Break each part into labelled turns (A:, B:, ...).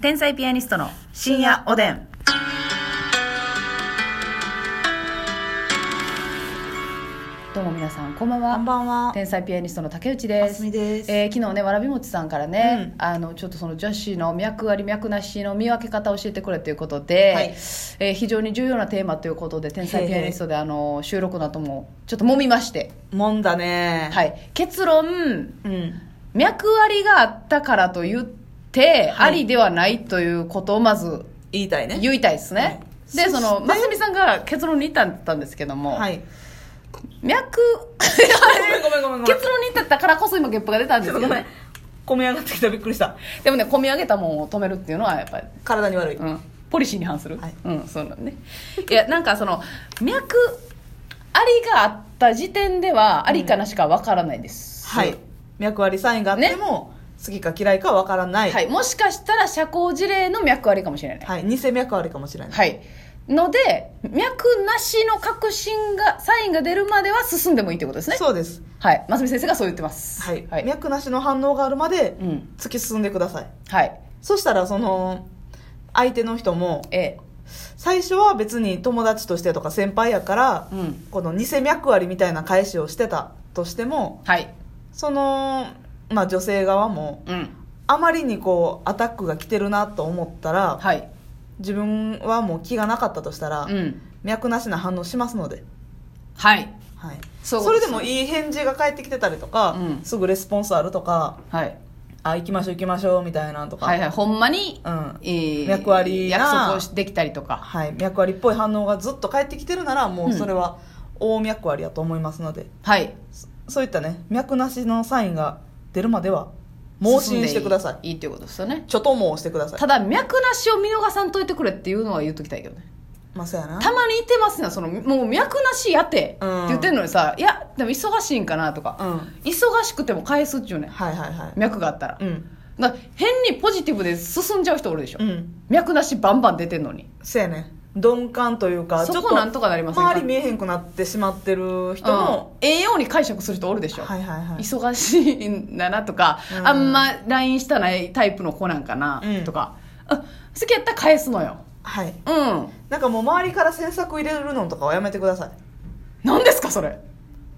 A: 天才ピアニストの深夜おでん。どうも皆さん、こんばんは。
B: こんばんは。
A: 天才ピアニストの竹内です。
B: ますみです
A: えー昨日ね、わらびもちさんからね、
B: う
A: あのちょっとその女子の脈あり脈なしの見分け方を教えてくれということで、
B: はい
A: えー非常に重要なテーマということで、天才ピアニストであの収録の後もちょっと揉みまして、
B: もんだね。。
A: はいい、結論、
B: うん。
A: 脈ありがあったからと言って、
B: はい
A: ありではないということをまず
B: 言いたいね。
A: 言いたいですね、
B: は
A: で
B: いそ
A: そ
B: して
A: のますみさんが結論に至ったんですけども、
B: はい。
A: 脈
B: ごめんごめんごめんごめん。
A: 結論に至ったからこそ今ゲップが出たんで
B: ちょ
A: す
B: っ
A: け
B: とご
A: ど
B: めん
A: ね。
B: 込み上がってきたびっくりした。
A: でもね込み上げたもんを止めるっていうのはやっぱり、
B: 体に悪い。
A: うん、ポリシーに反する、
B: はい
A: うんそうなんねいやなんかその脈ありがあった時点ではありかなしかわからないです、
B: はい。脈ありサインがあっても、好きか嫌いかわからない。。
A: はいい、もしかしたら社交辞令の脈ありかもしれない
B: はい。偽脈ありかもしれない。
A: はい。ので、脈なしの確信が、サインが出るまでは進んでもいいということですね。
B: そうです。
A: はい。ますみ先生がそう言ってます。
B: はい
A: は。い。
B: 脈なしの反応があるまで
A: う、ん。
B: 突き進んでください。
A: はい。
B: そしたら、その、相手の人も、
A: ええ。
B: 最初は別に友達としてとか先輩やから
A: う、ん。
B: この偽脈ありみたいな返しをしてたとしても、
A: はい。
B: その、まあ女性側も、
A: うん。
B: あまりにこうアタックが来てるなと思ったら
A: はい。
B: 自分はもう気がなかったとしたら、
A: うん。
B: 脈なしな反応しますので、
A: はい。
B: はい、
A: そういう
B: そ
A: ことで
B: れですもいい返事が返ってきてたりとか、
A: うん
B: すぐレスポンスあるとか
A: はい。
B: あ行きましょう行きましょうみたいなとか、
A: はいはい。ほんまに、
B: うん
A: えー
B: 脈ありな
A: 約束をしできたりとか。
B: はい、脈割りっぽい反応がずっと返ってきてるならもうそれは大脈割りやと思いますので、
A: はい。
B: そそういったね脈なしのサインが出るまでは盲信してください
A: い。いいっていうことですよね。
B: ちょともをしてください
A: ただ、脈なしを見逃さんといてくれっていうのは言っときたいけどね。
B: まあそうやな
A: たまにいてますねそのもう脈なしやてって
B: うん
A: 言ってんのにさ「いやでも忙しいんかな」と
B: う
A: か、
B: んは
A: 忙しくても返すっちゅうね
B: い
A: ん
B: はいはい
A: 脈があったら,、
B: うん
A: 変にポジティブで進んじゃう人おるでしょ、
B: うん
A: 脈なしバンバン出てんのに
B: そうやね鈍感というか
A: そ
B: ちょっ
A: ことなんとかなりませんか
B: 周り見えへんくなってしまってる人も、
A: うんええように解釈する人おるでしょ、
B: はいはいはい
A: 忙しいんだなとか、
B: うん
A: あんま LINE したないタイプの子なんかな
B: うん
A: とか、あ好きやったら返すのよ
B: はい
A: うん
B: なんかもう周りから詮索入れるのとかはやめてください
A: 何ですかそれ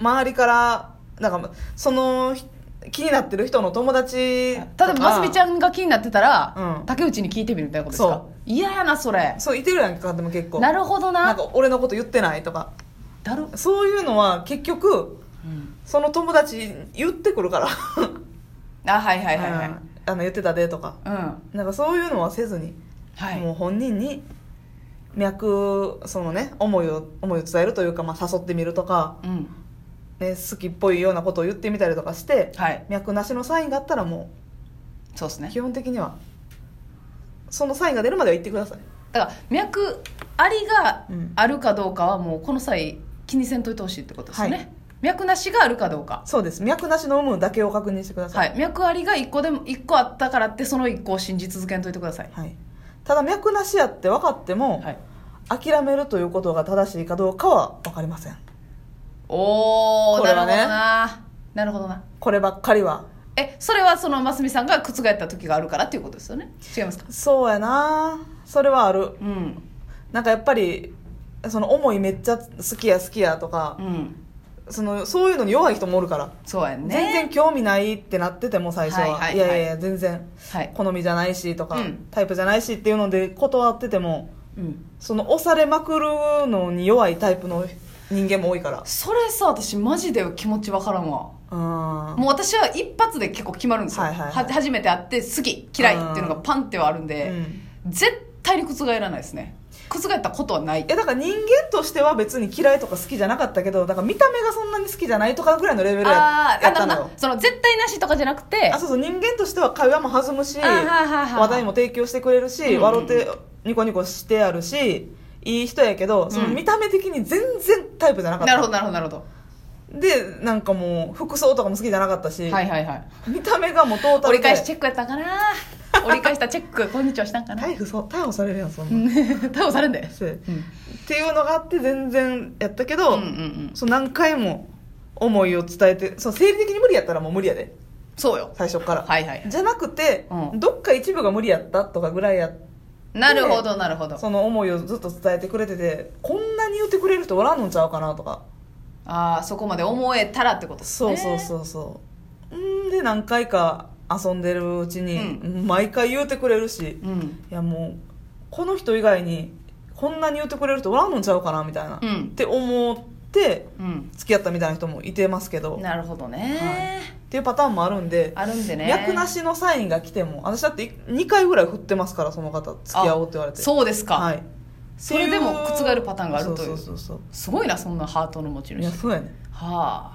B: 周りからなんかそのひ気になってる人の友達
A: 例え
B: とか
A: ばますみちゃんが気になってたら、
B: うん
A: 竹内に聞いてみるみたいなことですか
B: そ
A: 嫌やなそれ
B: そういてるやんかでも結構
A: なるほどな
B: なんか俺のこと言ってないとか
A: だる、
B: そういうのは結局
A: うん
B: その友達言ってくるから
A: あはいはいはいはい
B: うんあの言ってたでとか
A: うん、
B: なんかそういうのはせずに
A: はい
B: もう本人に脈そのね思いを思いを伝えるというか、まあ、誘ってみるとか、
A: うん
B: ね、好きっぽいようなことを言ってみたりとかして
A: はい
B: 脈なしのサインがあったらも
A: そうです
B: う
A: ね
B: 基本的にはそのサインが出るまでは言ってください
A: だから脈ありが
B: うん
A: あるかどうかはもうこの際気にせんといてほしいってことですよね、
B: はい
A: 脈なしがあるかどうか
B: そうです脈なしの有無だけを確認してくださ、
A: はいい脈ありが1個でも一個あったからってその1個を信じ続けんといてください
B: はいただ脈なしやって分かっても、
A: はい
B: 諦めるということが正しいかどうかは分かりません
A: おお、
B: こ
A: な
B: れ
A: るほ
B: は
A: ど
B: ね
A: ななるほどな
B: こればっかりは
A: えそれはそのますみさんが覆った時があるからっていうことですよね違いますか
B: そうやなそれはある
A: うん
B: なんかやっぱりその思いめっちゃ好きや好きやとか
A: う、ん
B: そのそういうのに弱い人もおるから、
A: そうやね
B: 全然興味ないってなってても最初は、
A: はい
B: い
A: はいはい
B: やいやいや全然
A: はい、
B: 好みじゃないしとか、
A: うん
B: タイプじゃないしっていうので断ってても
A: うん、
B: その押されまくるのに弱いタイプの人間も多いから
A: それさ私マジで気持ちわからんわ
B: うん
A: もう私は一発で結構決まるんですよ、
B: はいはいはい
A: 初めて会って好き嫌いっていうのがパンってはあるんで、
B: うん
A: 絶対に覆らないですね覆ったことはない
B: いやだから人間としては別に嫌いとか好きじゃなかったけどだから見た目がそんなに好きじゃないとかぐらいのレベルや
A: あー
B: や
A: あだ
B: っ
A: か
B: たの
A: ら
B: よ
A: なその絶対なしとかじゃなくて
B: あそうそう人間としては会話も弾むし
A: あはいはいはいはい
B: 話題も提供してくれるし、
A: うんうん
B: 笑ってニコニコしてあるしいい人やけどその
A: うん
B: 見た目的に全然タイプじゃなかった、
A: なるほどなるほどなるほど
B: でなんかもう服装とかも好きじゃなかったし、
A: はいはいはい
B: 見た目がもうトータル
A: 折り
B: で
A: 返しチェックやったんかな折り返したチェックこんにちはしたんかな
B: 逮捕そう逮捕されるやんそん
A: う
B: なん
A: 逮捕されん で、
B: せ
A: うん、
B: っていうのがあって全然やったけ
A: うん
B: ど、
A: うんうん
B: そう何回も思いを伝えてそう生理的に無理やったらもう無理やで
A: そうよ
B: 最初から、
A: はいはい
B: じゃなくて、
A: うん
B: どっか一部が無理やったとかぐらいや
A: なるほどなるほど
B: その思いをずっと伝えてくれててこんなに言ってくれる人おらんのちゃうかなとか
A: ああそこまで思えたらってことです
B: そ
A: ね
B: うそうそうそう、んで何回か遊んでるうちに、毎回言うてくれるし
A: ううん
B: いやもうこの人以外にこんなに言ってくれる人おらんのちゃうかなみたいな、
A: う
B: っ
A: ん
B: て思って
A: うん
B: 付き合ったみたいな人もいてますけど、っ
A: なるほどね、
B: ていうパターンもあるんで、
A: あるんでね
B: 脈なしのサインが来ても私だって2回ぐらい振ってますからその方付き合おうって言われて
A: そうですか、
B: はい、
A: それでも覆るパターンがあるという
B: そうそうそう
A: すごいなそんなハートの持ち
B: そ
A: 主
B: ういや
A: は
B: そうやね
A: あ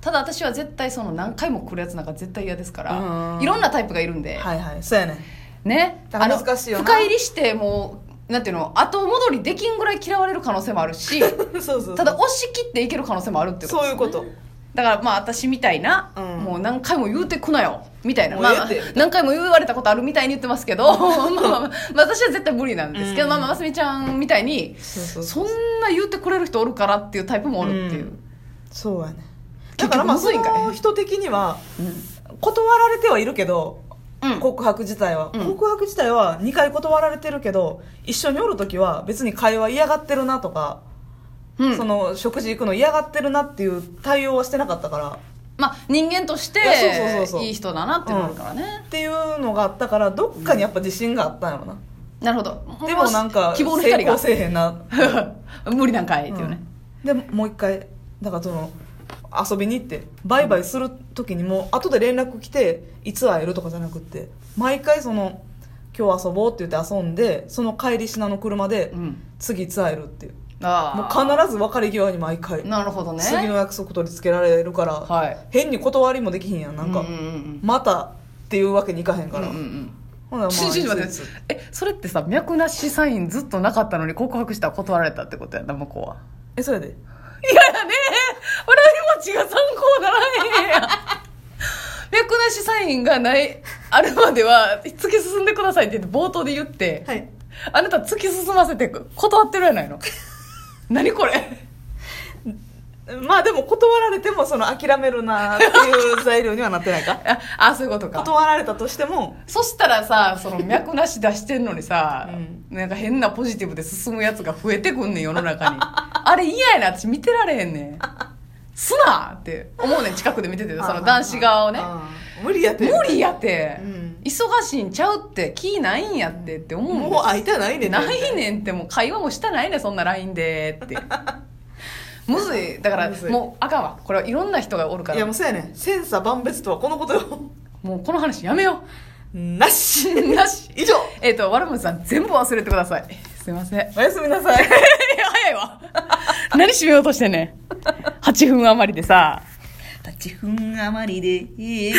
A: ただ私は絶対その何回も来るやつなんか絶対嫌ですか
B: う
A: ら
B: ん
A: いろんなタイプがいるんで、
B: はいはいそう やね
A: ね
B: だから
A: あの
B: 難しいよな
A: 深入りしてもうなんていうの後戻りできんぐらい嫌われる可能性もあるし
B: そうそうそう
A: ただ押し切っていける可能性もあるってことですね
B: そういうこと
A: だからまあ私みたいな、
B: うん
A: もう何回も言うてくなよみたいな、
B: もう
A: まあ
B: ええって、
A: 何回も言われたことあるみたいに言ってますけど まあまあまあ私は絶対無理なんですけど、
B: うん
A: まあまあますみちゃんみたいに
B: そうそうそう
A: そんな言うてくれる人おるからっていうタイプもおるっていう、
B: そうやねだ
A: 結局
B: からまあ
A: むず
B: そ
A: いんかい
B: の人的には
A: う
B: 断られてはいるけど
A: ん、うん
B: 告白自体は、
A: うん
B: 告白自体は2回断られてるけど一緒におる時は別に会話嫌がってるなとか、
A: うん
B: その食事行くの嫌がってるなっていう対応はしてなかったから
A: まあ人間として
B: いやそうそうそうそう
A: いい人だなってなるからね、
B: っていうのがあったからどっかにやっぱ自信があったんやろな、
A: なるほど
B: でもなんか
A: 希望の光
B: 成
A: が
B: 功せえへんな
A: 無理なんかいっていうね、
B: でもう一回だからその遊びに行ってバイバイする時にも後で連絡来ていつ会えるとかじゃなくって毎回その今日遊ぼうって言って遊んでその帰りしなの車で
A: うん
B: 次いつ会えるっていう
A: あ
B: も
A: あ
B: う必ず別れ際に毎回
A: なるほどね
B: 次の約束取り付けられるから、
A: はい
B: 変に断りもできひんやんなんか、
A: うんうんうん
B: またっていうわけにいかへんから、
A: うんうんうん
B: ほなまあ
A: ちょちょちょ待っ
B: いつ
A: て
B: いつ
A: えそれってさ脈なしサインずっとなかったのに告白したら断られたってことやんな向こうは
B: えそれで
A: いやね笑い持ちが参考ならへんやん 脈なしサインがないあるまでは突き進んでくださいって言って冒頭で言って、
B: はい
A: あなた突き進ませて断ってるやない の何これ
B: まあでも断られてもその諦めるなっていう材料にはなってないか
A: ああそういうことか
B: 断られたとしても
A: そしたらさその脈なし出してんのにさ、
B: う
A: なんか変なポジティブで進むやつが増えてくんねん世の中にあれ嫌やな私見てられへんねんすなって思うねん近くで見ててその男子側をね
B: あー無理やって
A: 無理やて、
B: うん
A: 忙しいんちゃうって気ないんやってって思うんです
B: もう会いたないねん
A: ないねんってもう会話もしたないねんそんな LINE で ってむずいだから
B: むずい
A: もうあかんわこれはいろんな人がおるか
B: いや
A: ら
B: も
A: も
B: うそうやねん千差万別とはこのことよ
A: うこの話やめよ
B: なし
A: うなし
B: 以上
A: えっ、と、わらむさん全部忘れてください。すいません。
B: おやすみな さい
A: 早いわ。何締めようとしてんねん。8分余りでさ、
B: 8分余りで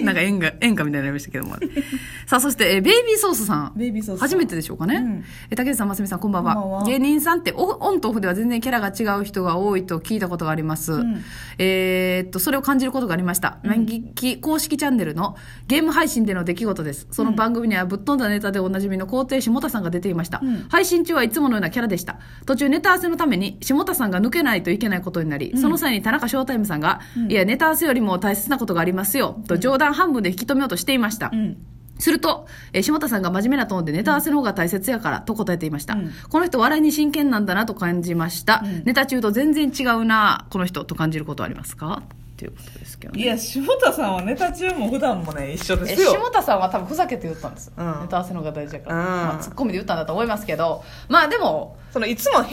A: なんか演歌、演歌みたいになりましたけども。 さあ、そして、えーベイビーソースさん。
B: ベイビーソースさん
A: 初めてでしょうかね。
B: うん
A: えー竹内さん、ますみさん、こんばん
B: こんばん
A: は
B: は。
A: 芸人さんってオフ、オンとオフでは全然キャラが違う人が多いと聞いたことがあります。
B: ん
A: えーっと、それを感じることがありました。万劇公式チャンネルのゲーム配信での出来事です。その番組にはぶっ飛んだネタでおなじみの皇帝下田さんが出ていました。
B: うん
A: 配信中はいつものようなキャラでした。途中ネタ合わせのために下田さんが抜けないといけないことになり、その際に田中ショータイムさんが、いや、ネタ合わせよりも大切なことがありますよ、と冗談半分で引き止めようとしていました。
B: うん
A: すると、えー下田さんが真面目なトーンでネタ合わせの方が大切やからと答えていました、
B: うん
A: この人笑いに真剣なんだなと感じました、
B: うん
A: ネタ中と全然違うなこの人と感じることはありますかっていうことですけど
B: い
A: ね
B: や下田さんはネタ中も普段もね一緒で
A: え
B: すよ
A: 下田さんは多分ふざけて言ったんですよ、
B: うん
A: ネタ合わせの方が大事やから、
B: うん
A: まあ、ツッコミで言ったんだと思いますけどまあでも
B: そのいつも「へー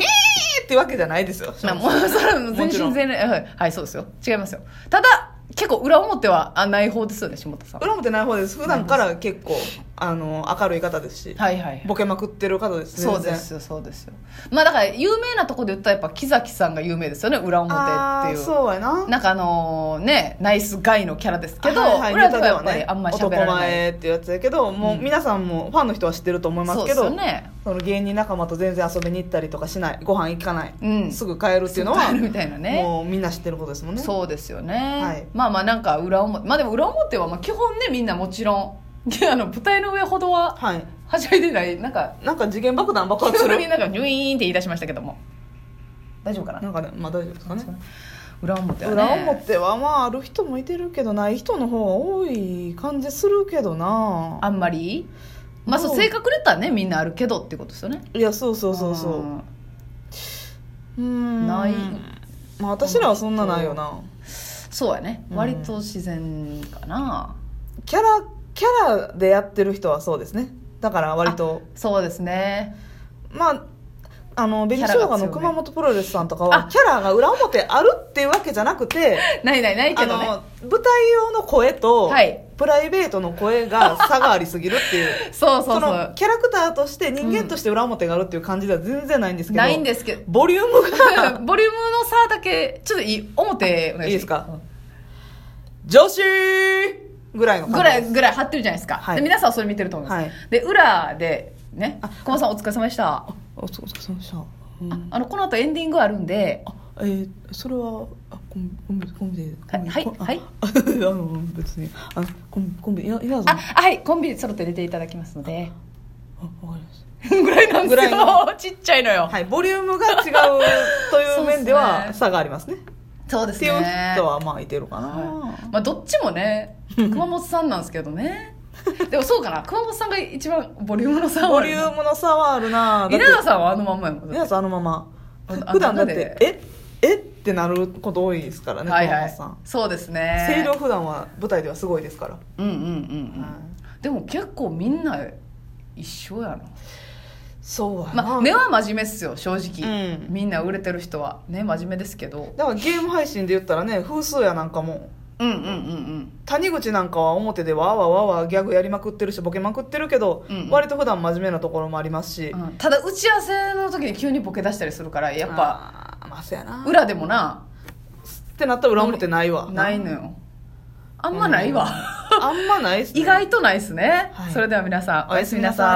B: ってわけじゃないですよ
A: まあもうそれはもう全
B: もちろ
A: 身
B: ん
A: 全霊はいはいそうですよ違いますよただ結構裏表はあない方ですよね下田さんは
B: 裏表ない方です普段から結構あの明るい方ですし
A: はいはい
B: ボケまくってる方ですね
A: そうですよそうですよまあだから有名なとこで言ったらやっぱ木崎さんが有名ですよね裏表
B: あ
A: っ
B: あ
A: て
B: ー
A: いう
B: そうやな
A: なんかあのねナイスガイのキャラですけど、
B: はいはい
A: 裏
B: ネ
A: で
B: タ
A: は
B: で
A: やっ
B: は
A: ぱり
B: ね
A: あんまり
B: 男
A: 喋らない、
B: 前っていうやつやけどもう皆さんもファンの人は知ってると思いま
A: そ
B: す
A: うで
B: け
A: す
B: ど
A: よね
B: その芸人仲間と全然遊びに行ったりとかしないご飯行かない、
A: うん
B: すぐ帰るっていうのは
A: すぐ帰るみたいなね
B: もうみんな知ってることですもんね
A: そうですよね、
B: はい
A: まあまあなんか裏表まあでも裏表はまあ基本ねみんなもちろん であの舞台の上ほどは
B: はい
A: はしゃいでないなんか
B: なんか次元爆弾爆発す
A: 急
B: る
A: になんかニュイーンって言い出しましたけども大丈夫かな
B: なんかねまあ大丈夫ですかね
A: そう裏表はね
B: 裏表はまあある人もいてるけどない人の方が多い感じするけどな
A: あんまりまあそう
B: うん
A: 性格レターねみんなあるけどってことですよね
B: いやそうそうそうそ
A: ん
B: ううん
A: ない
B: まあ私らはそんなないよな
A: そうやね
B: うん
A: 割と自然かな、
B: キャラキャラでやってる人はそうですねだから割と
A: そうですね
B: まああの紅しょうがの熊本プロレスさんとかは
A: あ
B: キャラが裏表あるっていうわけじゃなくて
A: ない ないない
B: あ
A: け
B: の
A: どね
B: 舞台用の声と、
A: はい
B: プライベートの声が差がありすぎるっていう
A: そうそうそ
B: の
A: う
B: キャラクターとして人間として裏表があるっていう感じでは全然ないんですけど
A: ないんです けど
B: ボリューム が
A: ボリュームの差だけちょっといい表お願いします
B: いいですか女子ぐらいの
A: うん
B: 感
A: ぐ
B: じ
A: ら
B: で
A: い
B: す
A: ぐらい貼ってるじゃないですか、
B: はい
A: で皆さんはそれ見てると思います、
B: はい
A: で裏でね
B: あ
A: 駒さんお疲れ様でした
B: お疲れ様でした、うん
A: ああのこの後エンディングあるんで
B: あえー、それはあコンビコンビコンビでコンビ
A: はい
B: こ
A: はい
B: ああの別にあコンビコンビいやいやぞ
A: あ
B: あ
A: はいコンビ揃って出ていただきますので
B: わかりま し
A: ぐらいなんで
B: ぐら
A: す
B: い
A: よ
B: の
A: ちっちゃいのよ、
B: たはいボリュームが違うとい
A: そううっすね
B: 面では差がありますね
A: そうで
B: っ
A: す
B: て
A: ね
B: いう人はまあいてるかな、
A: はいまあ、どっちもね熊本さんなんですけど ねでもそうかな熊本さんが一番ボリュームの差は
B: ボ
A: あ
B: リ
A: る
B: ュームの差はあるなだって
A: 稲田さんはあのまんまやもんだ
B: 皆
A: って
B: さんあのまま
A: あの
B: 普段だっ
A: あの
B: て
A: 中で
B: ええってなること多いですからね、
A: はいは
B: 熊
A: い
B: 本さん
A: そうですね
B: 声量普段は舞台ではすごいですから
A: うんうんうんうん、
B: は
A: でも結構みんな一緒やな、
B: そうやな、
A: まあ、根は真面目っすよ正直、
B: うん
A: みんな売れてる人はね真面目ですけど
B: だからゲーム配信で言ったらね風数やなんかも
A: うんうんうんうん
B: 谷口なんかは表でわーわーわーわーギャグやりまくってるしボケまくってるけど、
A: うんうん
B: 割と普段真面目なところもありますし、
A: うんただ打ち合わせの時に急にボケ出したりするからやっぱ
B: あーまあそうやな
A: 裏でもな
B: ってなったら裏表ないわ
A: ないのよあんまないわ、
B: あんまないっすね
A: 意外とないですね、
B: はい
A: それでは皆さんおやすみなさい